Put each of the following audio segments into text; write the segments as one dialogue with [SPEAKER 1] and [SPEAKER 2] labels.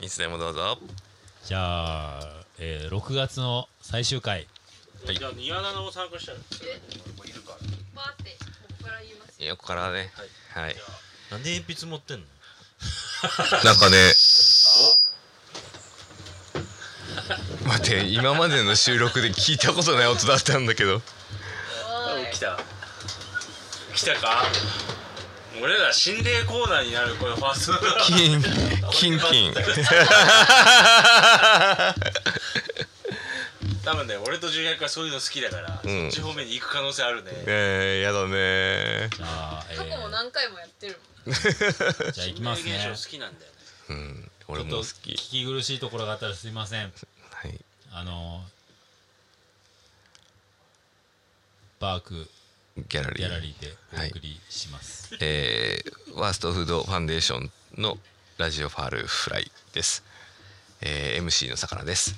[SPEAKER 1] いつでもどうぞ
[SPEAKER 2] じゃあ、えー、6月の最終回
[SPEAKER 1] はい
[SPEAKER 3] じゃあニアナのを参加したら
[SPEAKER 4] もういるから
[SPEAKER 5] バーってここから言いますよ
[SPEAKER 1] 横からねはい
[SPEAKER 6] なんで鉛筆持ってんの
[SPEAKER 1] なんかね待って今までの収録で聞いたことない音だったんだけど
[SPEAKER 5] おーい
[SPEAKER 3] 来た来たか俺ら心霊コーナーになるこれファースト
[SPEAKER 1] キンキンキ ン
[SPEAKER 3] 多分ね俺と純也はそういうの好きだから、
[SPEAKER 1] うん
[SPEAKER 3] そっち方面に行く可能性あるね
[SPEAKER 1] えー、やだね
[SPEAKER 2] じゃあ、え
[SPEAKER 5] 過去も
[SPEAKER 2] ー、
[SPEAKER 5] 何回もやってるも
[SPEAKER 2] じゃあ行きますね
[SPEAKER 3] 心霊
[SPEAKER 2] ち
[SPEAKER 3] 現象好きなんだよね
[SPEAKER 1] うん
[SPEAKER 2] ょ
[SPEAKER 1] 俺
[SPEAKER 2] っ
[SPEAKER 1] も
[SPEAKER 2] と
[SPEAKER 1] 好
[SPEAKER 2] 聞
[SPEAKER 1] き
[SPEAKER 2] き苦しいところがあったらすいません
[SPEAKER 1] はい
[SPEAKER 2] あのバーク
[SPEAKER 1] ギャラリ
[SPEAKER 2] ギ
[SPEAKER 1] ー
[SPEAKER 2] ャラリーでお送りします、
[SPEAKER 1] えーワーストフードファンデーションのラジオファールフライです、えー MC のさかなです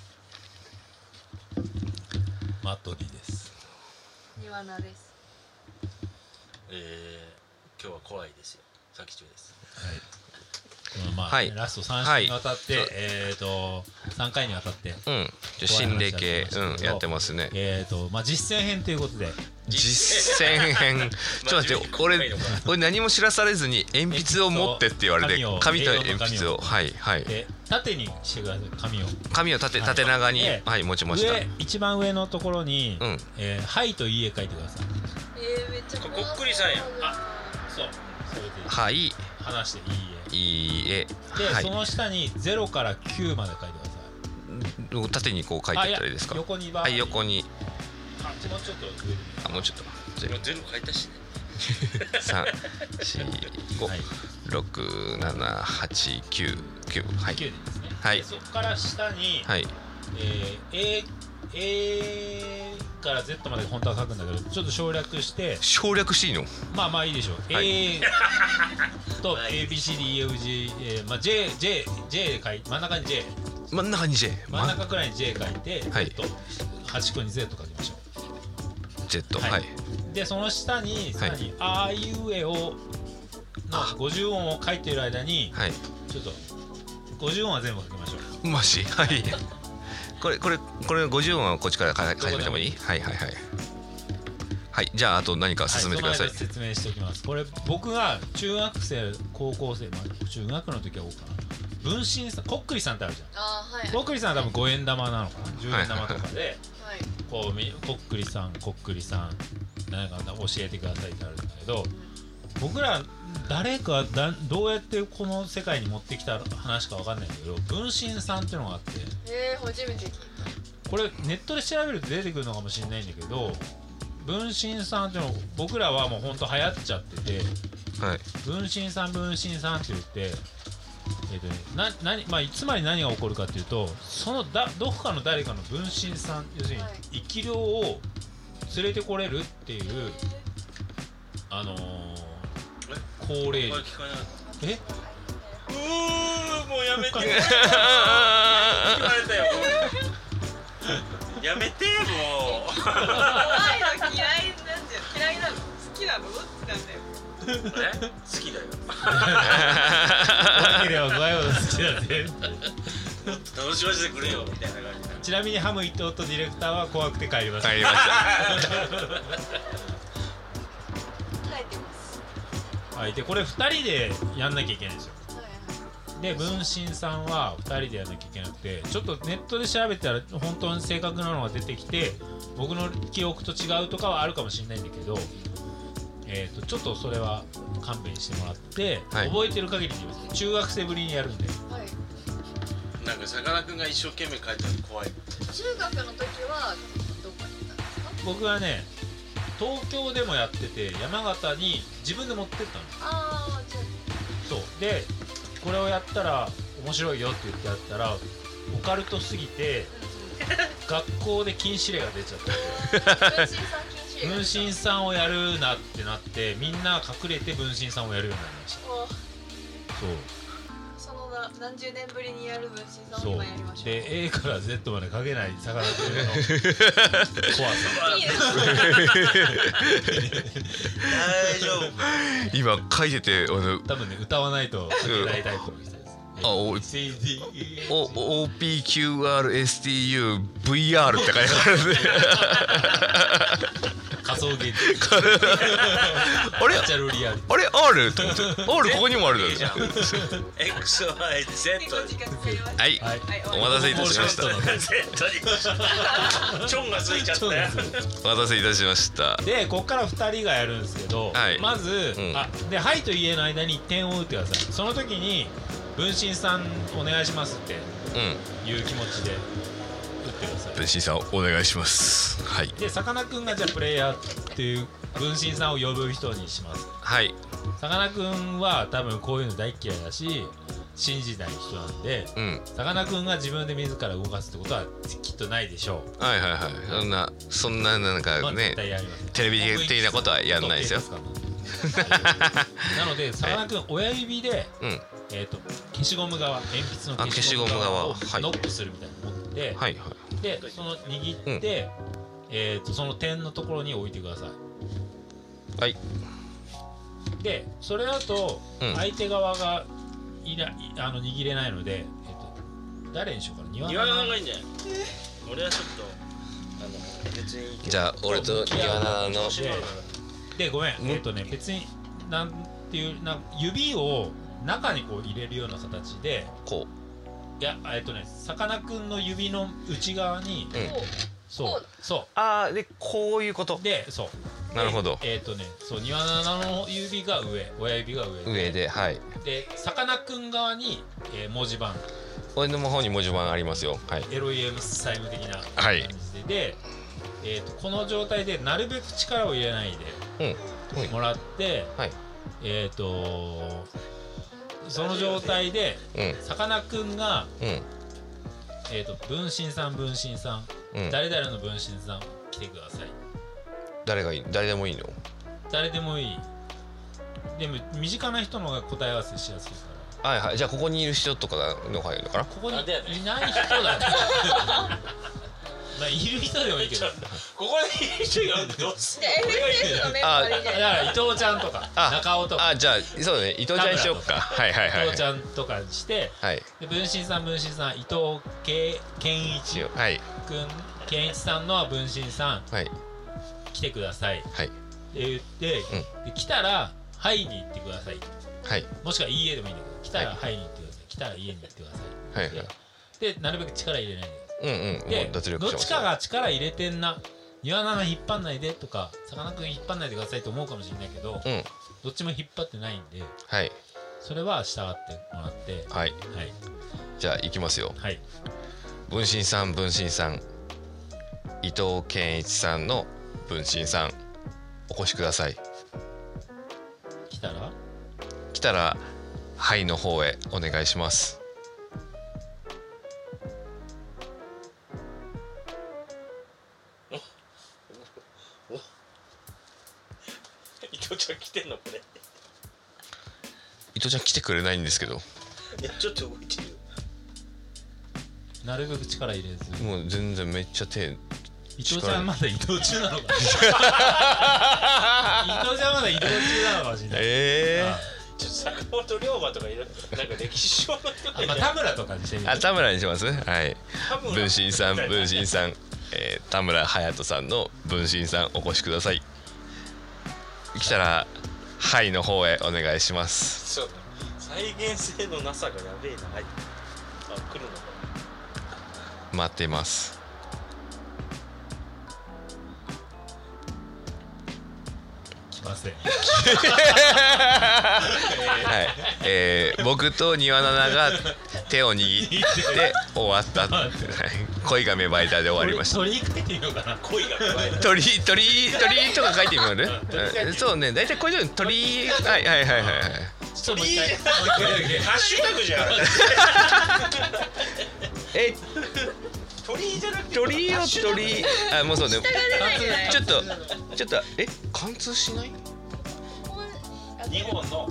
[SPEAKER 2] マットリーです
[SPEAKER 5] ん。ニワナです。
[SPEAKER 3] えー、今日は怖いですよさっき中です
[SPEAKER 2] このまあ、
[SPEAKER 1] はい
[SPEAKER 2] ラスト3週にわたって、
[SPEAKER 1] はい
[SPEAKER 2] えっ、と3回にわたって
[SPEAKER 1] うんじゃあ心霊系
[SPEAKER 2] 怖い話やってましたけ
[SPEAKER 1] うんやってますね
[SPEAKER 2] どえっ、とまあ実践編ということで
[SPEAKER 1] 実践編ちょっと待って俺俺何も知らされずに鉛筆を持ってって言われて
[SPEAKER 2] 鉛筆と
[SPEAKER 1] 紙
[SPEAKER 2] 紙
[SPEAKER 1] と鉛筆
[SPEAKER 2] を映画の紙
[SPEAKER 1] を
[SPEAKER 2] を
[SPEAKER 1] はいはい
[SPEAKER 2] で縦にしてください紙を
[SPEAKER 1] 紙を縦
[SPEAKER 2] はい
[SPEAKER 1] 縦長に
[SPEAKER 2] で
[SPEAKER 1] はい持ちました
[SPEAKER 2] 上一番上のところに「
[SPEAKER 1] うん
[SPEAKER 2] えーはい」と「いいえ」書いてください
[SPEAKER 5] えー、めっちゃ怖そう
[SPEAKER 3] ここっくりさんやん
[SPEAKER 5] あ、
[SPEAKER 2] そうそれで
[SPEAKER 1] はいい
[SPEAKER 2] 話して「いい
[SPEAKER 1] いえ
[SPEAKER 2] え」で、
[SPEAKER 1] はい
[SPEAKER 2] その下に0から9まで書いてください
[SPEAKER 1] 縦にこう書いてったりですか
[SPEAKER 2] あや横に
[SPEAKER 1] はい横
[SPEAKER 2] に
[SPEAKER 1] に
[SPEAKER 2] あもうちょっと上
[SPEAKER 1] あもうちょっと
[SPEAKER 3] もう全部書いたしね
[SPEAKER 1] 三四五
[SPEAKER 2] はい
[SPEAKER 1] 六七八九九はい
[SPEAKER 2] 9でですね、
[SPEAKER 1] はい
[SPEAKER 2] でそこから下に、
[SPEAKER 1] はい
[SPEAKER 2] えー A, A から Z まで本当は書くんだけどちょっと省略して
[SPEAKER 1] 省略していいの
[SPEAKER 2] まあまあいいでしょう、
[SPEAKER 1] は
[SPEAKER 2] A と ABCDEFG、えーまあ、J, J, J で書いて真ん中に J
[SPEAKER 1] 真ん中に J
[SPEAKER 2] 真ん中くらいに J 書いて、
[SPEAKER 1] はい
[SPEAKER 2] Z 端っこに Z 書きましょ
[SPEAKER 1] Z
[SPEAKER 2] はい
[SPEAKER 1] はい
[SPEAKER 2] うんでその下にさらに「あいうえお」の50音を書いている間に
[SPEAKER 1] はい
[SPEAKER 2] ちょっと50音は全部書きましょう
[SPEAKER 1] マジはいこれこれこれ50音はこっちから書い書いてもいいはいはいはいはいじゃああと何か進めてください
[SPEAKER 2] はい、その間説明しておきますこれ僕が中学生高校生、まあ、中学の時は多いかな分身さんこっくりさんってあるじゃ
[SPEAKER 5] あー、はい。
[SPEAKER 2] んこっくりさんは多分五円玉なのかな10円玉とかで
[SPEAKER 5] はい。
[SPEAKER 2] こうみこっくりさんこっくりさんなんか教えてくださいってあるんだけど僕ら誰かだどうやってこの世界に持ってきた話かわかんないんだけど分身さんっていうのがあって
[SPEAKER 5] えー、初めて聞い
[SPEAKER 2] これネットで調べると出てくるのかもしれないんだけど分身さんっていうの僕らはもうほんと流行っちゃってて
[SPEAKER 1] はい
[SPEAKER 2] 分身さん分身さんって言って、えーとねな何まあ、つまり何が起こるかっていうとそのだどこかの誰かの分身さん要するに
[SPEAKER 5] はい
[SPEAKER 2] 生き量を連れてこれるっていう、
[SPEAKER 5] た。え
[SPEAKER 2] あのー、高齢
[SPEAKER 3] こ
[SPEAKER 2] 者
[SPEAKER 3] れ聞こえなかった
[SPEAKER 2] え
[SPEAKER 3] うーもうやめ て言
[SPEAKER 1] あ
[SPEAKER 3] われたよもうやめても
[SPEAKER 5] ー怖いの嫌いなんじゃ嫌いなの好きなのどっちなんだよ。
[SPEAKER 3] うえ好きだよ
[SPEAKER 2] わけではないほど好きだぜ
[SPEAKER 3] 楽しませてくれよみたいな感じ
[SPEAKER 2] ちなみにハム伊藤とディレクターは怖くて帰りました、
[SPEAKER 1] 帰りました
[SPEAKER 5] 書いてます。
[SPEAKER 2] はい、でこれ2人でやんなきゃいけないんですよ
[SPEAKER 5] はい
[SPEAKER 2] で分身さんは2人でやらなきゃいけなくてちょっとネットで調べたら本当に正確なのが出てきて僕の記憶と違うとかはあるかもしれないんだけど、えー、とちょっとそれは勘弁してもらって、
[SPEAKER 1] はい
[SPEAKER 2] 覚えてる限りで言います中学生ぶりにやるんで
[SPEAKER 5] はい。はい。
[SPEAKER 3] なんかさかなクンが一生懸命書いたの怖い
[SPEAKER 5] 中学の時はどこにいたんですか。
[SPEAKER 2] 僕はね東京でもやってて山形に自分で持ってったの
[SPEAKER 5] ああ、じゃ
[SPEAKER 2] そうでこれをやったら面白いよって言ってやったらオカルトすぎて学校で禁止令が出ちゃった
[SPEAKER 5] あ。分身さん禁止。
[SPEAKER 2] 分身
[SPEAKER 5] さん。
[SPEAKER 2] さんをやるなってなってみんな隠れて分身さんをやるようになりました
[SPEAKER 5] もう
[SPEAKER 2] そう
[SPEAKER 5] そのな何十年ぶりにやる分身さんを今やりましょう。
[SPEAKER 2] で A から Z まで書けない魚というの怖さ
[SPEAKER 5] いいですね
[SPEAKER 3] 大丈夫
[SPEAKER 1] 今書いててあの
[SPEAKER 2] 多分ね歌わないと書けないタイプの人です、え
[SPEAKER 1] あお
[SPEAKER 2] CDE
[SPEAKER 1] お OPQRSTUVR って書いてあるんで
[SPEAKER 2] 仮想現実
[SPEAKER 1] あれ
[SPEAKER 2] バーチャルリアル
[SPEAKER 1] あれ R と思って R ここにもあるじゃん
[SPEAKER 5] 結構
[SPEAKER 3] XYZ
[SPEAKER 5] 時間かかりました。
[SPEAKER 1] はい
[SPEAKER 2] はい
[SPEAKER 1] お待たせいたしました
[SPEAKER 2] ポールショット
[SPEAKER 3] Z
[SPEAKER 2] の
[SPEAKER 3] にチョンがついちゃったよ
[SPEAKER 1] お待たせいたしました
[SPEAKER 2] でここから2人がやるんですけど、
[SPEAKER 1] はい
[SPEAKER 2] まず、
[SPEAKER 1] うん
[SPEAKER 2] あで「はい」と「いえ」の間に1点を打ってくださいその時に「分身さんお願いします」って
[SPEAKER 1] うん
[SPEAKER 2] いう気持ちで打ってください
[SPEAKER 1] 分身さんお願いしますはい
[SPEAKER 2] でさかなクンがじゃあプレイヤーっていう分身さんを呼ぶ人にします
[SPEAKER 1] はい
[SPEAKER 2] さかなクンは多分こういうの大っ嫌いだし信じない人なんで
[SPEAKER 1] うん
[SPEAKER 2] さかなクンが自分で自ら動かすってことはきっとないでしょう
[SPEAKER 1] はいはいはいそんなそんななん
[SPEAKER 2] ま
[SPEAKER 1] か
[SPEAKER 2] あ
[SPEAKER 1] ね
[SPEAKER 2] 絶対やります
[SPEAKER 1] テレビ的なことはやんないですよ
[SPEAKER 2] 僕 なのでさかなクン親指で、
[SPEAKER 1] うん
[SPEAKER 2] えー、と消しゴム側鉛筆の
[SPEAKER 1] あ
[SPEAKER 2] 消しゴム側を
[SPEAKER 1] 消しゴム側はい
[SPEAKER 2] ノックするみたいなの持って、
[SPEAKER 1] はいはい
[SPEAKER 2] でその握って、えー、とその点のところに置いてください
[SPEAKER 1] はい
[SPEAKER 2] でそれだと
[SPEAKER 1] うん
[SPEAKER 2] 相手側がいないあの握れないので、えー、と誰にしようかな庭
[SPEAKER 3] 庭
[SPEAKER 2] の
[SPEAKER 3] の方がいいんじゃない俺はちょっとあの別にいいけど
[SPEAKER 1] じゃあ俺と岩永の
[SPEAKER 2] でごめん、
[SPEAKER 1] ん
[SPEAKER 2] えっとね別になんていうなん指を中にこう入れるような形で
[SPEAKER 1] こ
[SPEAKER 2] いやえっとねさかなクンの指の内側に
[SPEAKER 1] ううん
[SPEAKER 5] こ
[SPEAKER 2] そ
[SPEAKER 5] こ
[SPEAKER 2] うそう
[SPEAKER 1] ああでこういうこと
[SPEAKER 2] うでそうで
[SPEAKER 1] なるほど
[SPEAKER 2] えっとねそう庭菜の指が上親指が上
[SPEAKER 1] 上ではい
[SPEAKER 2] でさかなクン側に、えー文字盤
[SPEAKER 1] 俺の方に文字盤ありますよはい
[SPEAKER 2] エロイエムス債務的な
[SPEAKER 1] は
[SPEAKER 2] 感
[SPEAKER 1] い
[SPEAKER 2] じで,、でえー、とこの状態でなるべく力を入れないで
[SPEAKER 1] うんはい
[SPEAKER 2] もらって、
[SPEAKER 1] はい
[SPEAKER 2] えっ、とその状態で
[SPEAKER 1] うん
[SPEAKER 2] さかなクンが、
[SPEAKER 1] うん
[SPEAKER 2] えー、と分身さん分身さん、
[SPEAKER 1] うん
[SPEAKER 2] 誰々の分身さん来てください
[SPEAKER 1] 誰がいい誰でもいいの
[SPEAKER 2] 誰でもいいでも身近な人の方が答え合わせしやすいから
[SPEAKER 1] はいはいじゃあここにいる人とかの入るのかな
[SPEAKER 2] ここに
[SPEAKER 3] なんでやねん
[SPEAKER 2] いない人だねまあいる人でもいいけど
[SPEAKER 3] ここにいる人がどうす
[SPEAKER 5] う。で FS のメンバーでいいんじゃ
[SPEAKER 2] だ
[SPEAKER 5] な
[SPEAKER 2] か
[SPEAKER 5] い
[SPEAKER 2] ら伊藤ちゃんとか
[SPEAKER 1] あ
[SPEAKER 2] 中尾とか
[SPEAKER 1] あじゃあそうだね伊藤ちゃんにしよっかはいはいは
[SPEAKER 2] 伊
[SPEAKER 1] い
[SPEAKER 2] 藤ちゃんとかにして
[SPEAKER 1] はい
[SPEAKER 2] で分身さん分身さん伊藤け健一
[SPEAKER 1] 一応はい
[SPEAKER 2] くん健一さんの分身さん
[SPEAKER 1] はい
[SPEAKER 2] 来てくださいって
[SPEAKER 1] はい
[SPEAKER 2] 言って、
[SPEAKER 1] う
[SPEAKER 2] で来たら「はい」に行ってください
[SPEAKER 1] はい
[SPEAKER 2] もしくは「いいえ」でもいいんだけど来たら「
[SPEAKER 1] は
[SPEAKER 2] はい」に行ってください来たら「いいえ」に行ってくださ
[SPEAKER 1] はい
[SPEAKER 2] い
[SPEAKER 1] はい
[SPEAKER 2] ででなるべく力入れないで
[SPEAKER 1] うんうんも
[SPEAKER 2] で
[SPEAKER 1] う脱力
[SPEAKER 2] ど
[SPEAKER 1] し
[SPEAKER 2] っち
[SPEAKER 1] ます
[SPEAKER 2] かが力入れてんな岩永引っ張んないでとかさかなクン引っ張んないでくださいと思うかもしれないけど
[SPEAKER 1] うん
[SPEAKER 2] どっちも引っ張ってないんで
[SPEAKER 1] はい
[SPEAKER 2] それは従ってもらって
[SPEAKER 1] はい
[SPEAKER 2] はい
[SPEAKER 1] じゃあ行きますよ
[SPEAKER 2] はい
[SPEAKER 1] 分身さん分身さん伊藤健一さんの分身さんお越しください
[SPEAKER 2] 来たら
[SPEAKER 1] 来たらはいの方へお願いします
[SPEAKER 3] 伊藤ちゃん来てんのこれ
[SPEAKER 1] 伊藤ちゃん来てくれないんですけど
[SPEAKER 3] いやちょっと動いてるよ
[SPEAKER 2] なるべく力入れず
[SPEAKER 1] もう全然めっちゃ手
[SPEAKER 2] 伊藤ちゃんまだ移動中 なのかな伊藤ちゃんまだ移動中なのかもしれない
[SPEAKER 1] え
[SPEAKER 2] あ
[SPEAKER 3] ちょっと坂本龍馬とかいるなんか歴史上の人
[SPEAKER 2] あまあ田村とかにしてみ
[SPEAKER 1] ー、
[SPEAKER 2] る
[SPEAKER 1] あ田村にしますねはい
[SPEAKER 3] 多分
[SPEAKER 1] 分身さん分身さん、えー、田村隼人さんの分身さんお越しください来たらはいの方へお願いします
[SPEAKER 3] そう再現性のなさがやべえなはいあ来るのか
[SPEAKER 1] 待っています
[SPEAKER 2] 来ません
[SPEAKER 1] はい、えー、僕と庭菜々が手を握って終わったってはい恋が芽生えたで終わりました
[SPEAKER 2] 取り替えてみようかな
[SPEAKER 3] 恋が怖いな
[SPEAKER 1] 鳥鳥鳥とか書いてみる、うん、そうね大体こういうの鳥はいはいはいはいはい
[SPEAKER 2] ちょっともう 一回
[SPEAKER 3] いい
[SPEAKER 2] もう一回だけ
[SPEAKER 3] ハッシュタグじゃん
[SPEAKER 1] え
[SPEAKER 3] 鳥居じゃなくて
[SPEAKER 1] 鳥を鳥あもうそうね
[SPEAKER 5] ないじゃない
[SPEAKER 1] ちょっとちょっとえ貫通しない
[SPEAKER 3] 2本の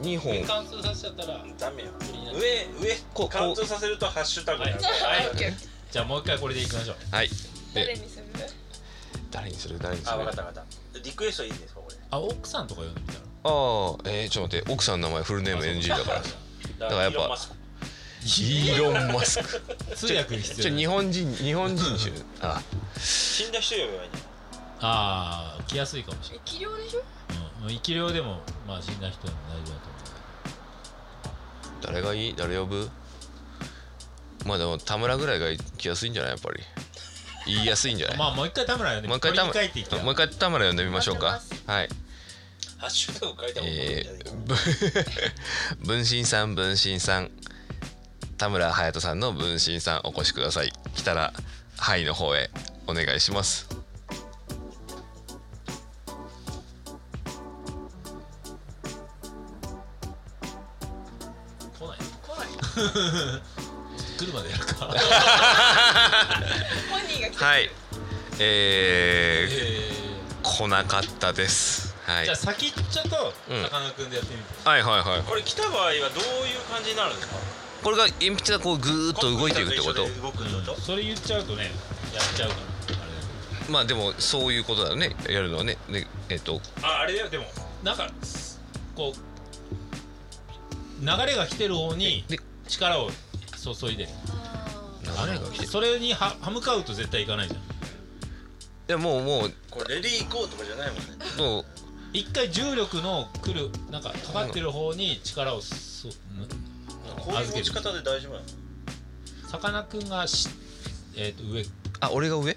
[SPEAKER 1] 二本
[SPEAKER 2] 乾燥させちゃったら
[SPEAKER 3] ダメよ上上
[SPEAKER 1] こうこう
[SPEAKER 3] カウントさせるとハッシュタグになる
[SPEAKER 5] はいオッケーオッケー
[SPEAKER 2] じゃあもう一回これでいきましょう
[SPEAKER 1] はい
[SPEAKER 5] 誰
[SPEAKER 1] え
[SPEAKER 5] にする
[SPEAKER 1] 誰にする誰にする
[SPEAKER 3] あ分かった分かったリクエストいいんですかこれ
[SPEAKER 2] あ奥さんとか呼んでみたら
[SPEAKER 1] あーえー、ちょっと待って奥さんの名前フルネーム NG だから
[SPEAKER 3] だ
[SPEAKER 1] からやっぱ
[SPEAKER 3] イーロンマスク
[SPEAKER 1] イーロン・マスク
[SPEAKER 2] 通訳必
[SPEAKER 1] ちょ
[SPEAKER 2] 要だ
[SPEAKER 1] 日本人日本人種あ
[SPEAKER 6] 死んだ人呼べばいいんじゃ
[SPEAKER 2] ああ来やすいかもしれ
[SPEAKER 5] 生き量でしょ
[SPEAKER 2] ない、うん、生き量でもまあ死んだ人でも大丈夫だと思
[SPEAKER 1] 誰がいい誰呼ぶまあでも田村ぐらいが来やすいんじゃないやっぱり言いやすいんじゃな
[SPEAKER 2] う
[SPEAKER 1] い
[SPEAKER 2] まあもう一回田村やね
[SPEAKER 1] もう一回田
[SPEAKER 2] こ
[SPEAKER 1] 村
[SPEAKER 2] れ言い換えていきたい
[SPEAKER 1] もう一回田村呼んでみましょうかはい
[SPEAKER 6] ないハッシュタグ書いた方がいいん
[SPEAKER 1] え
[SPEAKER 6] じゃない
[SPEAKER 1] ーぶ 分身さん分身さん田村隼人さんの分身さんお越しください来たらはいの方へお願いします
[SPEAKER 2] 来ない
[SPEAKER 5] 来ない
[SPEAKER 2] 来るまでやるか
[SPEAKER 5] 本人が来て
[SPEAKER 1] はいえ
[SPEAKER 2] え
[SPEAKER 1] ー、
[SPEAKER 2] ー
[SPEAKER 1] 来なかったですはい
[SPEAKER 2] じゃあ先ちょっと
[SPEAKER 1] うん
[SPEAKER 2] さかなクンでやってみて、
[SPEAKER 1] はいはいはい
[SPEAKER 6] これ来た場合はどういう感じになるんですか
[SPEAKER 1] これが鉛筆がこうぐーっと動いていくってこと
[SPEAKER 6] コンピューターと一緒で動くってこと
[SPEAKER 2] それ言っちゃうとねやっちゃうからあれだけど
[SPEAKER 1] まあでもそういうことだよねやるのはねねえっ、と
[SPEAKER 2] ああれだよでもなんかこう流れが来てる方に
[SPEAKER 1] で
[SPEAKER 2] 力を注いで
[SPEAKER 5] あー
[SPEAKER 1] 流れが来て
[SPEAKER 2] それには歯向かうと絶対いかないじゃん
[SPEAKER 1] いやもうもう
[SPEAKER 6] これレディーゴーとかじゃないもんね
[SPEAKER 1] もう
[SPEAKER 2] 一回重力の来るなんかかかってる方に力をそ
[SPEAKER 6] こういう持ち方で大丈夫なの
[SPEAKER 2] さかなクンがしえっ、と上
[SPEAKER 1] あ俺が上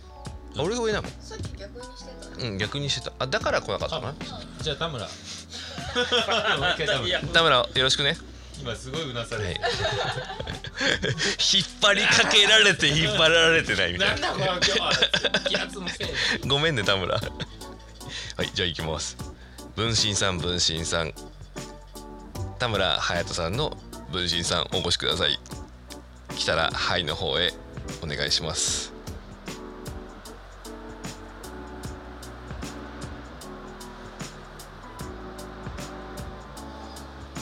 [SPEAKER 1] あ俺が上なの
[SPEAKER 5] さっき逆にしてた
[SPEAKER 1] うん逆にしてたあだから来なかった
[SPEAKER 2] 多
[SPEAKER 1] のか
[SPEAKER 2] 分
[SPEAKER 1] な
[SPEAKER 2] じゃあ田村もう一回田村
[SPEAKER 1] 田村よろしくね
[SPEAKER 2] 今すごいうなさ
[SPEAKER 1] はい
[SPEAKER 2] れ、
[SPEAKER 1] 引って張りかけられて引っ張られてないみた
[SPEAKER 2] ないん
[SPEAKER 1] な
[SPEAKER 2] だこの今日は気圧のせいで
[SPEAKER 1] ごめんね田村はいじゃあ行きます分身さん分身さん田村隼人さんの分身さんお越しください来たらはいの方へお願いします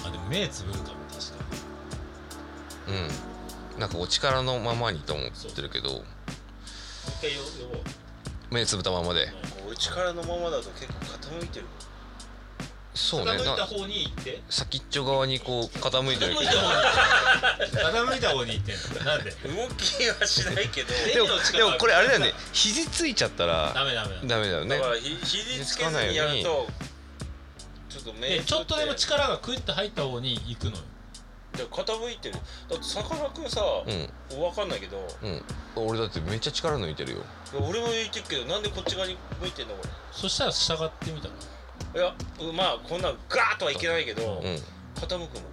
[SPEAKER 2] あでも目つぶるかも確かに
[SPEAKER 1] うんなんかお力のままにと思ってるけど
[SPEAKER 2] 一回よ呼ぼう
[SPEAKER 1] 目つぶったままで
[SPEAKER 6] こう力のままだと結構傾いてる
[SPEAKER 1] そうね
[SPEAKER 2] 傾いた
[SPEAKER 1] な
[SPEAKER 2] 方に行って
[SPEAKER 1] 先っちょ側にこう傾いてるけど
[SPEAKER 2] 傾いた方に行ってんのなんで
[SPEAKER 6] 動きはしないけど
[SPEAKER 1] でも
[SPEAKER 2] 手の力
[SPEAKER 1] でもこれあれだよね肘ついちゃった
[SPEAKER 2] ダ
[SPEAKER 1] ら
[SPEAKER 2] メダメダメ
[SPEAKER 1] ダメだよね
[SPEAKER 6] だからひ肘つけずにやるとちょっと目
[SPEAKER 2] でちょっとでも力がクイッと入った方に行くのよ
[SPEAKER 6] で傾いてるだってさかなクンさ、
[SPEAKER 1] う
[SPEAKER 6] わかんないけど
[SPEAKER 1] んうん俺だってめっちゃ力抜いてるよ
[SPEAKER 6] 俺も言ってるけどなんでこっち側に向いてんのこ
[SPEAKER 2] そしたら従ってみたら
[SPEAKER 6] れいやうまあこんなガーッとはいけないけど、
[SPEAKER 1] うん
[SPEAKER 6] 傾くもん一応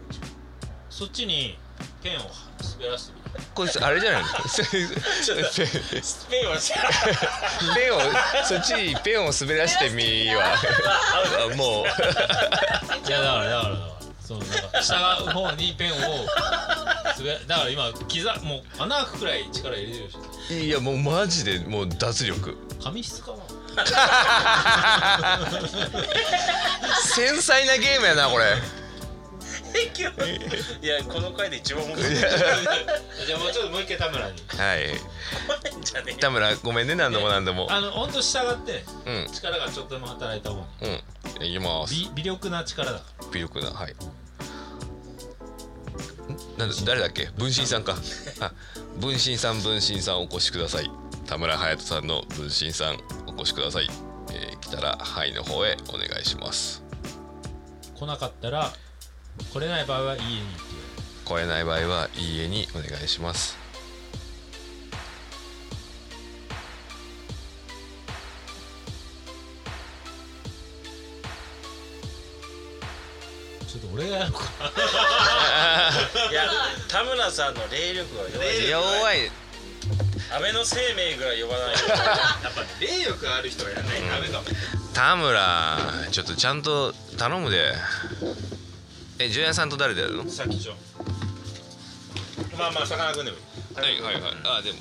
[SPEAKER 2] そっちにペンを滑らしてみた
[SPEAKER 1] これあれじゃないの ペン
[SPEAKER 6] スペインはさ
[SPEAKER 1] ペンをそっちにペンを滑らしてみ はあもう
[SPEAKER 2] いやだからだからだからそのなんか従う方にペンを滑らだから今刻もう穴開くくらい力入れてるでしょ
[SPEAKER 1] いやもうマジでもう脱 力
[SPEAKER 2] 紙質かな
[SPEAKER 1] 繊細なゲームやなこれ
[SPEAKER 6] いやこの回で一番面白い
[SPEAKER 2] じゃあもうちょっともう一回田村に
[SPEAKER 1] はい
[SPEAKER 6] 怖いんじゃね
[SPEAKER 1] 田村ごめんね何度も何度も
[SPEAKER 2] あの本当従って
[SPEAKER 1] うんうん
[SPEAKER 2] 力がちょっとでも働いた方に
[SPEAKER 1] いきます
[SPEAKER 2] 微微力な力だから
[SPEAKER 1] 微力なはいんなんだ誰だっけ分身さんか あ分身さん分身さんお越しください田村隼人さんの分身さんお越しください、えー来たらはいの方へお願いします
[SPEAKER 2] 来なかったら来れない場合は家に行って
[SPEAKER 1] 超えない場合はいいえにお願いします
[SPEAKER 2] ちょっと俺がやるか
[SPEAKER 6] いや田村さんの霊力は弱い
[SPEAKER 1] 弱い
[SPEAKER 6] 安倍の生命ぐらい呼ばない
[SPEAKER 2] 霊力ある人はやらないとダメかも
[SPEAKER 1] 田村ちょっとちゃんと頼むでえジュニアさんと誰でやるのは
[SPEAKER 2] さっきじゃんまあまあさかなクンでもいい
[SPEAKER 1] いはいはいあでも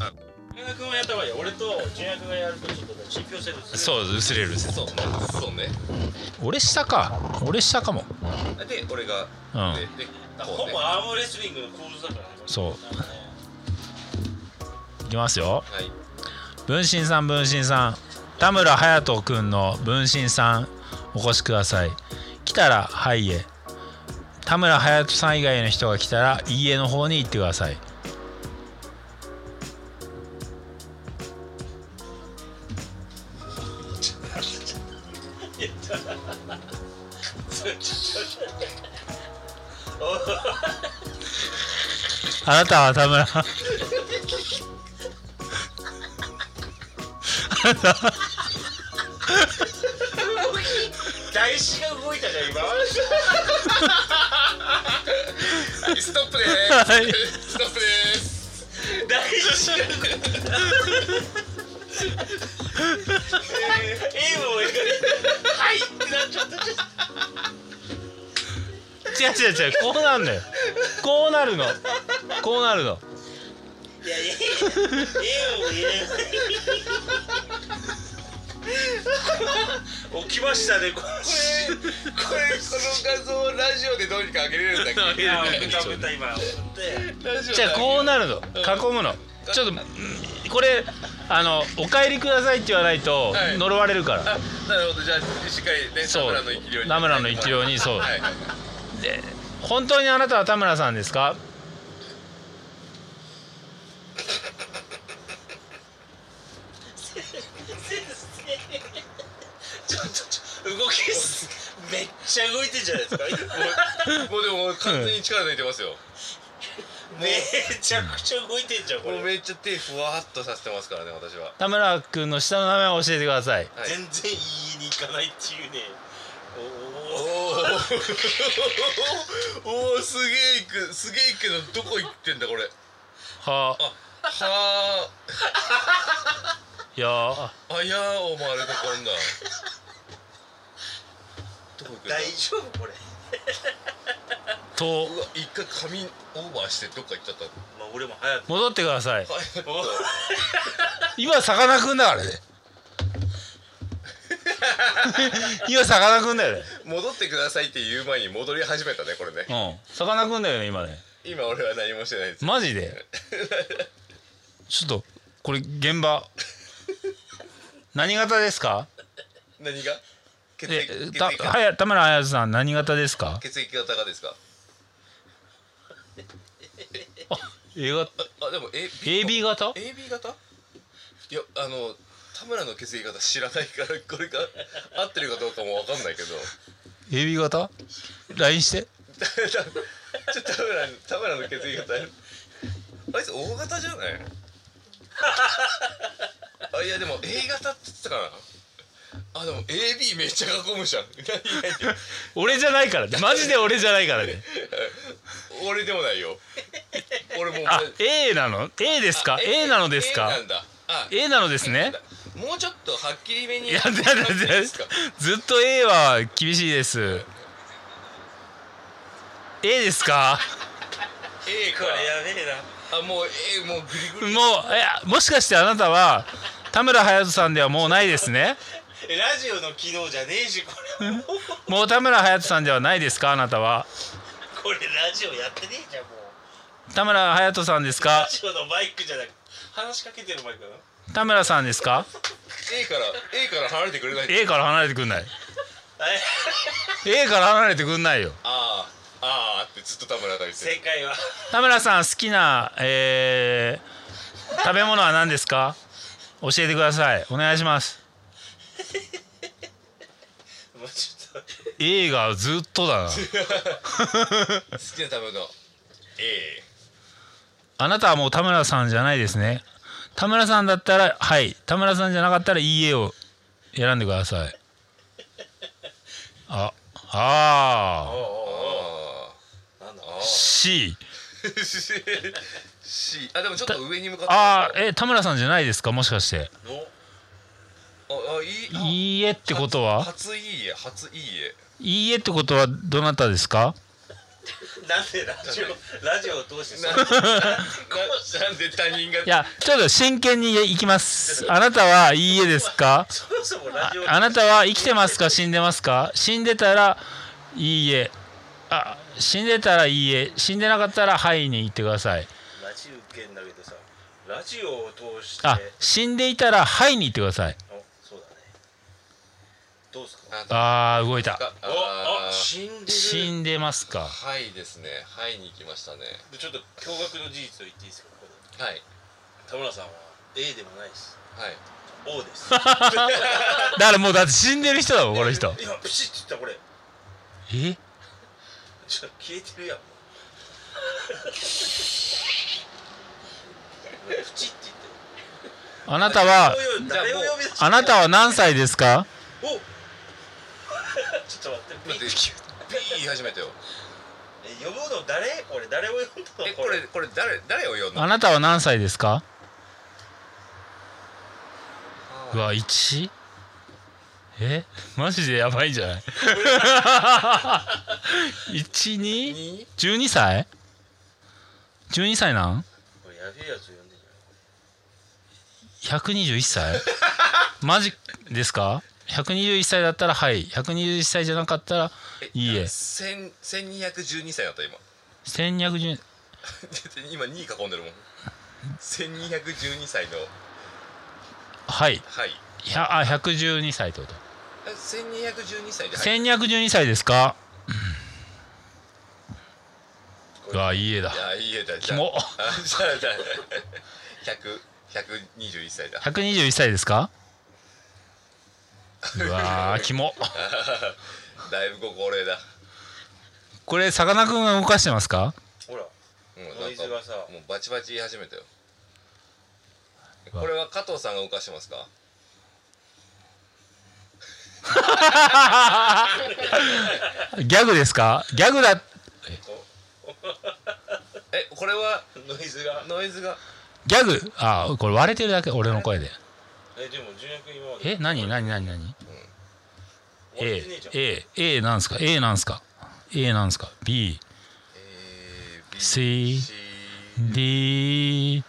[SPEAKER 1] あ
[SPEAKER 6] 田中君はやった方がいいよ俺と純也君がやるとちょっと信憑性が薄れる
[SPEAKER 1] そう薄れるそうねそうね
[SPEAKER 2] 俺下か俺下かも
[SPEAKER 1] で俺が、
[SPEAKER 2] うん
[SPEAKER 1] ででこ
[SPEAKER 6] ほ
[SPEAKER 1] うね
[SPEAKER 6] ぼアームレスリングの構図だからね
[SPEAKER 2] そう
[SPEAKER 6] なんかね
[SPEAKER 2] いきますよ
[SPEAKER 1] はい
[SPEAKER 2] 分身さん分身さん田村隼人君の分身さんお越しください来たらはいへ田村隼人さん以外の人が来たらいいえの方に行ってくださいあなたは田村あなたは
[SPEAKER 6] 台紙 が動いたじゃん今
[SPEAKER 1] はいストップで
[SPEAKER 2] はい
[SPEAKER 1] すストップです
[SPEAKER 6] 台 紙が動いた円を描いてはいってなっちゃった
[SPEAKER 2] 違う違う違うこうなんだよこうなるのこうなるの
[SPEAKER 6] いやいや円を入れ ない起きましたねこれ
[SPEAKER 1] これこの画像ラジオでどうにか上げれるんだっ
[SPEAKER 6] いや歌った 今で
[SPEAKER 1] けラジオ
[SPEAKER 2] じゃあこうなるの囲むのちょっとうんこれあの「お帰りください」って言わないと
[SPEAKER 1] はい
[SPEAKER 2] 呪われるから、
[SPEAKER 1] あなるほどじゃあしっかりね田
[SPEAKER 2] そう
[SPEAKER 1] 村の生き量に
[SPEAKER 2] 田村の生き量にそう
[SPEAKER 1] はいはい
[SPEAKER 2] で本当にあなたは田村さんですか
[SPEAKER 6] ちょっとちょ動き すめっちゃ動いてんじゃないですか
[SPEAKER 1] もうでも完全に力抜いてますよ
[SPEAKER 6] めちゃくちゃ動いてんじゃんこ
[SPEAKER 1] もう
[SPEAKER 6] れ
[SPEAKER 1] めっちゃ手ふわっとさせてますからね私は
[SPEAKER 2] 田村君の下の名前を教えてください
[SPEAKER 1] はい
[SPEAKER 6] 全然言いに行かないっていうね
[SPEAKER 1] お
[SPEAKER 6] おお
[SPEAKER 1] ーおーすげえいくすげえいくけどどこ行ってんだこれ
[SPEAKER 2] は
[SPEAKER 1] は
[SPEAKER 2] やあ
[SPEAKER 1] ああいやーお前あれとこんなどこ行くんだ
[SPEAKER 6] 大丈夫これ
[SPEAKER 2] と
[SPEAKER 1] うわ一回髪オーバーしてどっか行っちゃった
[SPEAKER 6] まあ俺も早く
[SPEAKER 2] 戻ってくださ
[SPEAKER 1] は
[SPEAKER 2] い
[SPEAKER 1] い
[SPEAKER 2] 今さかなクンだか らね今さかなクンだよね
[SPEAKER 1] 戻ってくださいって言う前に戻り始めたねこれね
[SPEAKER 2] うんさかなクンだよね今ね
[SPEAKER 1] 今俺は何もしてないです
[SPEAKER 2] マジでちょっとこれ現場何型ですか
[SPEAKER 1] 何が血液血
[SPEAKER 2] え
[SPEAKER 1] 液
[SPEAKER 2] たはや田村綾さん何型ですか
[SPEAKER 1] 血液型がですか
[SPEAKER 2] A 型
[SPEAKER 1] あでも A
[SPEAKER 2] AB 型
[SPEAKER 1] AB 型いやあの田村の血液型知らないからこれが合ってるかどうかもわかんないけど
[SPEAKER 2] AB 型 ?LINE して
[SPEAKER 1] ちょっと田村田村の血液型あいつ O 型じゃないあいやでも A 型って言ってたかなあでも AB めっちゃ囲むじゃん何何
[SPEAKER 2] 俺じゃないからねマジで俺じゃないからね
[SPEAKER 1] 俺でもないよ俺もう
[SPEAKER 2] あ A なの A ですか A なのですか
[SPEAKER 1] A なんだあ
[SPEAKER 2] A なのですね
[SPEAKER 1] もうちょっとはっきりめに
[SPEAKER 2] いやだ
[SPEAKER 1] 感
[SPEAKER 2] だ
[SPEAKER 1] じ
[SPEAKER 2] だ
[SPEAKER 1] ですか
[SPEAKER 2] ずっと A は厳しいです A ですか
[SPEAKER 1] A か
[SPEAKER 6] これやべえな
[SPEAKER 1] あもう A もうグリグ
[SPEAKER 2] もう
[SPEAKER 1] リ
[SPEAKER 2] いやもしかしてあなたは田村隼人さんではもうないですね
[SPEAKER 6] えラジオの機能じゃねえしこれもう
[SPEAKER 2] もう田村隼人さんではないですかあなたは
[SPEAKER 6] これラジオやってねえじゃんもう
[SPEAKER 2] 田村隼人さんですか
[SPEAKER 6] ラジオのマイクじゃなく話しかけてるマイクだな
[SPEAKER 2] 田村さんですか
[SPEAKER 1] A から A から離れてくれない
[SPEAKER 2] A から離れてくんない A から離れてくんないよ
[SPEAKER 1] ああああってずっと田村が言って
[SPEAKER 6] 正
[SPEAKER 1] る
[SPEAKER 6] 解は
[SPEAKER 2] 田村さん好きな、えー食べ物は何ですか教えてくださいお願いします
[SPEAKER 6] もうちょっと
[SPEAKER 2] A がずっとだな
[SPEAKER 1] 好きな食べ物 A
[SPEAKER 2] あなたはもう田村さんじゃないですね田村さんだったらはい田村さんじゃなかったらいい A を選んでくださいああ
[SPEAKER 1] ああ
[SPEAKER 6] なんだ
[SPEAKER 1] ああ
[SPEAKER 2] ー C
[SPEAKER 1] C あでもちょっと上に向かって
[SPEAKER 2] ああえ田村さんじゃないですかもしかして
[SPEAKER 6] の
[SPEAKER 1] ああいいあ
[SPEAKER 2] いいえってことは
[SPEAKER 1] 初いいえ初いいえ
[SPEAKER 2] いいえってことはどなたですか
[SPEAKER 6] なんでラジオラジオを通して
[SPEAKER 1] なな
[SPEAKER 6] さ
[SPEAKER 1] なんで他人が
[SPEAKER 2] いやちょっと真剣にいきますあなたはいいえですか
[SPEAKER 6] そもそもラ
[SPEAKER 2] あ
[SPEAKER 6] ジオ
[SPEAKER 2] あなたは生きてますか死んでますか死んでたらいいえあ死んでたらいいえ死んでなかったらはいに言ってください
[SPEAKER 6] ラジオ受けんだけどさラジオを通して
[SPEAKER 2] あ死んでいたらはいに言ってください
[SPEAKER 6] おそうだねどうですか
[SPEAKER 1] なんだ
[SPEAKER 2] あー動いた
[SPEAKER 1] か
[SPEAKER 3] お
[SPEAKER 1] あ
[SPEAKER 3] あ
[SPEAKER 1] ー
[SPEAKER 3] 死んで
[SPEAKER 2] 死
[SPEAKER 3] る
[SPEAKER 2] んでますか
[SPEAKER 1] はいですねはいに行きましたね
[SPEAKER 6] でちょっと驚愕の事実を言っていいですかここで
[SPEAKER 1] はい
[SPEAKER 6] 田村さんは A でもないです
[SPEAKER 1] はい
[SPEAKER 6] O で す
[SPEAKER 2] だからもうだって死んでる人だもんこの人
[SPEAKER 6] 今プシッって言ったこれ
[SPEAKER 2] え
[SPEAKER 6] ちょっと消えてるやんもうプチって言って
[SPEAKER 2] あなたは
[SPEAKER 6] る誰を呼び出して
[SPEAKER 2] あなたは何歳ですか
[SPEAKER 6] お ちょっと待って
[SPEAKER 1] 待ってピー言い始めたよ
[SPEAKER 6] え呼ぶの誰俺誰を呼んだの
[SPEAKER 1] えこれこれ誰誰を呼んだ
[SPEAKER 2] あなたは何歳ですかうわ 1? えマジでやばいんじゃない ?12?12
[SPEAKER 1] に
[SPEAKER 2] 歳 ?12 歳なん
[SPEAKER 6] これやべえやつ呼んでんじ
[SPEAKER 2] ?121 歳マジですか ?121 歳だったらはい121歳じゃなかったらいいえ
[SPEAKER 1] 千千二百十二歳だった今
[SPEAKER 2] 1210
[SPEAKER 1] 今二囲んでるもん千二百十二歳の
[SPEAKER 2] はい
[SPEAKER 1] はい
[SPEAKER 2] ひゃあ112歳ってこと
[SPEAKER 1] え千二百十二歳ではい
[SPEAKER 2] 1212歳ですか
[SPEAKER 6] こ
[SPEAKER 2] う
[SPEAKER 6] れ
[SPEAKER 2] わいい絵だ
[SPEAKER 1] いやいいえだ
[SPEAKER 2] キ
[SPEAKER 1] じゃあ
[SPEAKER 2] モ
[SPEAKER 1] あ じゃあじゃあ百百二十一歳だ
[SPEAKER 2] 121歳ですかうわーキモ
[SPEAKER 1] だいぶご高齢だ
[SPEAKER 2] これさかなクンが動かしてますか
[SPEAKER 6] ゃんほら
[SPEAKER 1] うんなんか
[SPEAKER 6] ノイズがさ
[SPEAKER 1] もうバチバチ言い始めたよ
[SPEAKER 2] うわ
[SPEAKER 1] これは加藤さんが動かしてますか
[SPEAKER 2] ギャグですかギャグだ
[SPEAKER 1] えこれは
[SPEAKER 6] ノイズが
[SPEAKER 1] ノイズが
[SPEAKER 2] ギャグあーこれ割れてるだけ俺の声で
[SPEAKER 6] えでも純也君今まで
[SPEAKER 2] え何何何何
[SPEAKER 6] 終わってねえじゃん
[SPEAKER 2] ?AA なんすか A なんすか A なんすか
[SPEAKER 1] A B
[SPEAKER 2] C
[SPEAKER 1] C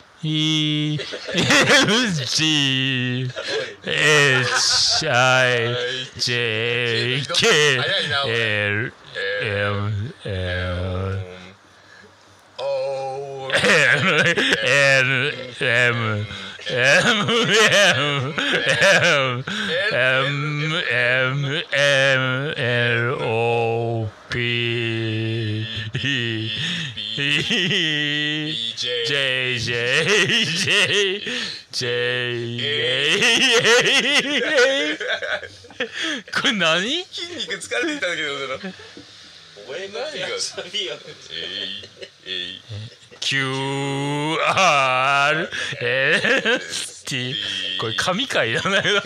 [SPEAKER 1] うん
[SPEAKER 2] BDEFGHIJKLML
[SPEAKER 1] おー
[SPEAKER 2] M N M M M M M M M L O P E E
[SPEAKER 1] DJ
[SPEAKER 2] J J J J これ何
[SPEAKER 1] 筋肉疲れてきたんだけど俺の
[SPEAKER 6] お前何がサビやん
[SPEAKER 1] えいえい
[SPEAKER 2] ?Q R S T これ神回なんだけど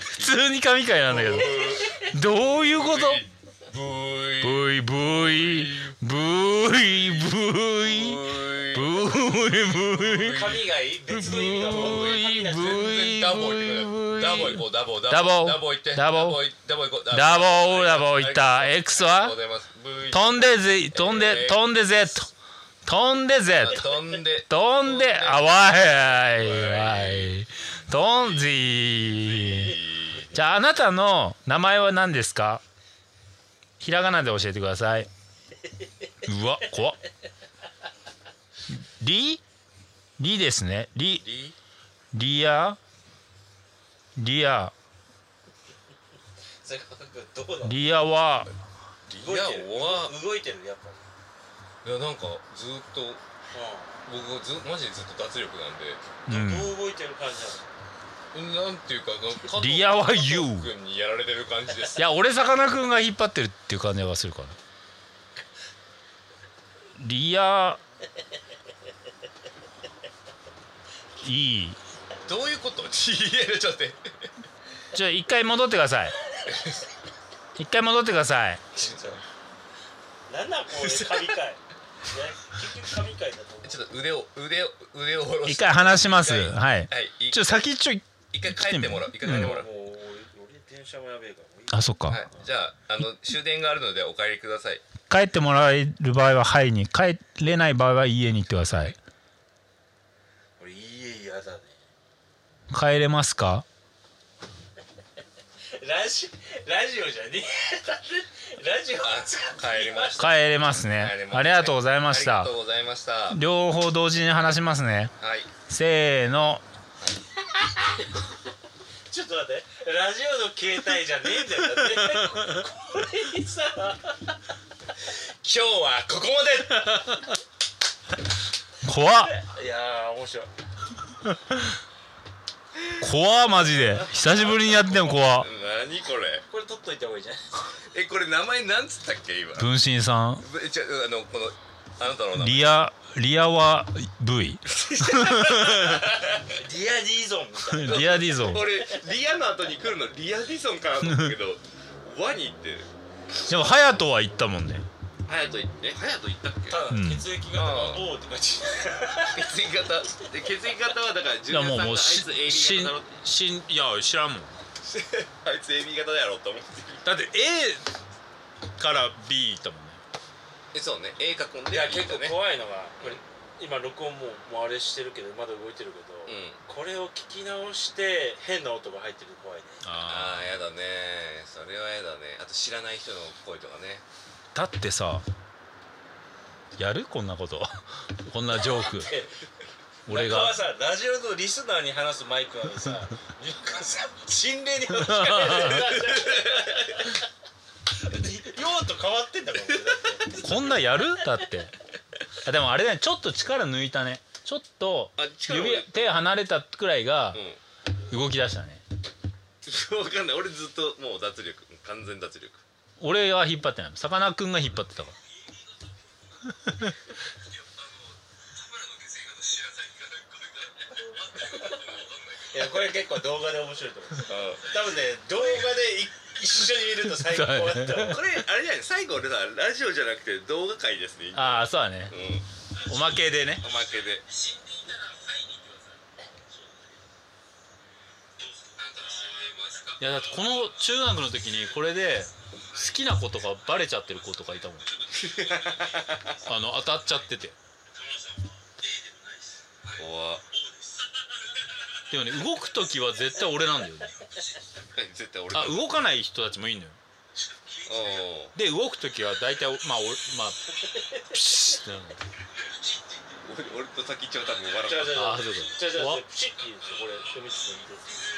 [SPEAKER 2] 普通に神回なんだけどどういうこと
[SPEAKER 1] V
[SPEAKER 2] ?V V V V V V
[SPEAKER 6] 神が いい別の意味だも
[SPEAKER 1] ダボ
[SPEAKER 6] ん
[SPEAKER 1] 行ってくれダボ行こうダボダボダボ行って
[SPEAKER 2] ダボ
[SPEAKER 1] 行ってダボ行こう
[SPEAKER 2] ダボダボ行った X は
[SPEAKER 1] ありがとうございます V
[SPEAKER 2] 飛んでぜ飛んで飛んで Z 飛んで Z
[SPEAKER 1] 飛んで
[SPEAKER 2] 飛んであわいわい飛んじじゃああなたの名前は何ですかひらがなで教えてくださいうわ怖っりりですねり
[SPEAKER 1] リ
[SPEAKER 2] リアリア
[SPEAKER 6] 坂本君どうなの
[SPEAKER 2] リアは
[SPEAKER 1] リ
[SPEAKER 6] 動い
[SPEAKER 1] ア
[SPEAKER 6] てる
[SPEAKER 1] は
[SPEAKER 6] 動いてるやっぱ
[SPEAKER 1] いやなんかずっと僕がずマジでずっと脱力なんで
[SPEAKER 2] うん
[SPEAKER 6] どう動いてる感じ
[SPEAKER 1] なんていうかなんか
[SPEAKER 2] リアは
[SPEAKER 1] 加
[SPEAKER 2] You
[SPEAKER 1] 藤君にやられてる感じです
[SPEAKER 2] いや俺さかなクンが引っ張ってるっていう感じがするからリアいい
[SPEAKER 1] どういうこと ?TA ちょっと待って
[SPEAKER 2] ちょ一回戻ってください一回戻ってください
[SPEAKER 6] なのなんなんこれ神 回ね結局神回だと思う
[SPEAKER 1] ちょっと腕を腕を腕を下ろして
[SPEAKER 2] 一回話します
[SPEAKER 1] 一回
[SPEAKER 2] はい
[SPEAKER 1] はいい
[SPEAKER 2] ちょ先ちょい
[SPEAKER 1] 一回帰ってもらう一回帰ってもらう
[SPEAKER 6] もう俺俺電車もやべえからもういい
[SPEAKER 2] あそっか、
[SPEAKER 1] はいじゃああの終電があるのでお帰りください
[SPEAKER 2] 帰ってもらえる場合は「はい」に帰れない場合は「家に行ってください
[SPEAKER 6] 俺いいえ嫌だね
[SPEAKER 2] 帰れますか
[SPEAKER 6] ラジラジオじゃねえ ラジオ
[SPEAKER 1] あ帰りました
[SPEAKER 2] 帰れますね
[SPEAKER 1] 帰れました
[SPEAKER 2] ありがとうございまし
[SPEAKER 1] あ
[SPEAKER 2] た
[SPEAKER 1] りがとうございましたはい
[SPEAKER 2] 両方同時に話しますねせーの
[SPEAKER 6] ちょっと待ってラジオの携帯じゃねえんだよだって これにさ
[SPEAKER 1] 今日はここまで
[SPEAKER 2] 怖っ
[SPEAKER 6] いやー面白い
[SPEAKER 2] 怖っマジで久しぶりにやっても怖っ
[SPEAKER 1] 何これ
[SPEAKER 6] これ取っといた方がいいじゃん
[SPEAKER 1] えこれ名前なんつったっけ今
[SPEAKER 2] 分身さん
[SPEAKER 1] えちょあのこのあなたの名前
[SPEAKER 2] リアリアは V
[SPEAKER 6] リアリゾンみたいな
[SPEAKER 2] リアディゾン
[SPEAKER 1] 俺リアの後に来るのリアディソンかなと思ったけど ワニって
[SPEAKER 2] でも隼人は行ったもんね
[SPEAKER 1] ハヤト行ってハヤト行ったっけ
[SPEAKER 6] ただ
[SPEAKER 2] うん
[SPEAKER 6] 血液型が O って感じ
[SPEAKER 1] 血液型で血液型はだから
[SPEAKER 2] い
[SPEAKER 1] 純
[SPEAKER 2] や
[SPEAKER 1] 也さが
[SPEAKER 2] もうん
[SPEAKER 1] あ
[SPEAKER 2] も
[SPEAKER 1] いうつ
[SPEAKER 2] し
[SPEAKER 1] AB
[SPEAKER 2] し
[SPEAKER 1] 型だろって
[SPEAKER 2] しんいや知らんもん
[SPEAKER 1] あいつ AB 型だやろと思って
[SPEAKER 2] だって A から B 行ったもんね
[SPEAKER 1] えそうね A 囲んで
[SPEAKER 6] いや結
[SPEAKER 1] B
[SPEAKER 6] 構
[SPEAKER 1] とね
[SPEAKER 6] 怖いのがこれ今録音もうもうあれしてるけどまだ動いてるけど、
[SPEAKER 1] うん
[SPEAKER 6] これを聞き直して変な音が入ってると怖いね
[SPEAKER 1] ああやだねそれはやだねあと知らない人の声とかね
[SPEAKER 2] だってさやるこんなこと こんなジョ ーク
[SPEAKER 6] え
[SPEAKER 2] 俺
[SPEAKER 6] 中
[SPEAKER 2] が
[SPEAKER 6] はさラジオのリスナーに話すマイクなのにさ ゆうかさん心霊に話しかけ てる用途変わってんだもん俺だって
[SPEAKER 2] こんなやるだってあでもあれだねちょっと力抜いたねちょっと
[SPEAKER 1] あ力
[SPEAKER 2] 指
[SPEAKER 1] 俺
[SPEAKER 2] 手離れたくらいが
[SPEAKER 1] う
[SPEAKER 2] 動き出したね
[SPEAKER 1] んわかんない俺ずっともう脱力完全脱力
[SPEAKER 2] 俺は引っ張ってないさかなクンが引っ張ってたから
[SPEAKER 6] いやこれ結構動画で面白いと思う
[SPEAKER 1] う
[SPEAKER 6] 多分ね動画でい一緒に見ると最高だった
[SPEAKER 2] だ
[SPEAKER 1] んこれあれじゃない最後俺さラジオじゃなくて動画界ですね
[SPEAKER 2] ああそうだね
[SPEAKER 1] うん
[SPEAKER 2] おまけでね
[SPEAKER 1] おまけで
[SPEAKER 2] いやだってこの中学の時にこれで好きな子とかバレちゃってる子とか いたもんあの当たっちゃってて
[SPEAKER 1] 怖っ
[SPEAKER 2] でもね動く時は絶対俺なんだよね
[SPEAKER 1] 絶対俺だ
[SPEAKER 2] あ動かない人たちもいいのよ
[SPEAKER 1] おう
[SPEAKER 2] で動く時は大体まあ俺まあピシッてなるの
[SPEAKER 1] 俺俺と先っちょは多分
[SPEAKER 6] 違う違う違う違う違う
[SPEAKER 1] 笑った
[SPEAKER 2] あーそうだ
[SPEAKER 6] 違う
[SPEAKER 2] 怖っ
[SPEAKER 6] 違うプシッて言うんですよこれ読みつつもいいです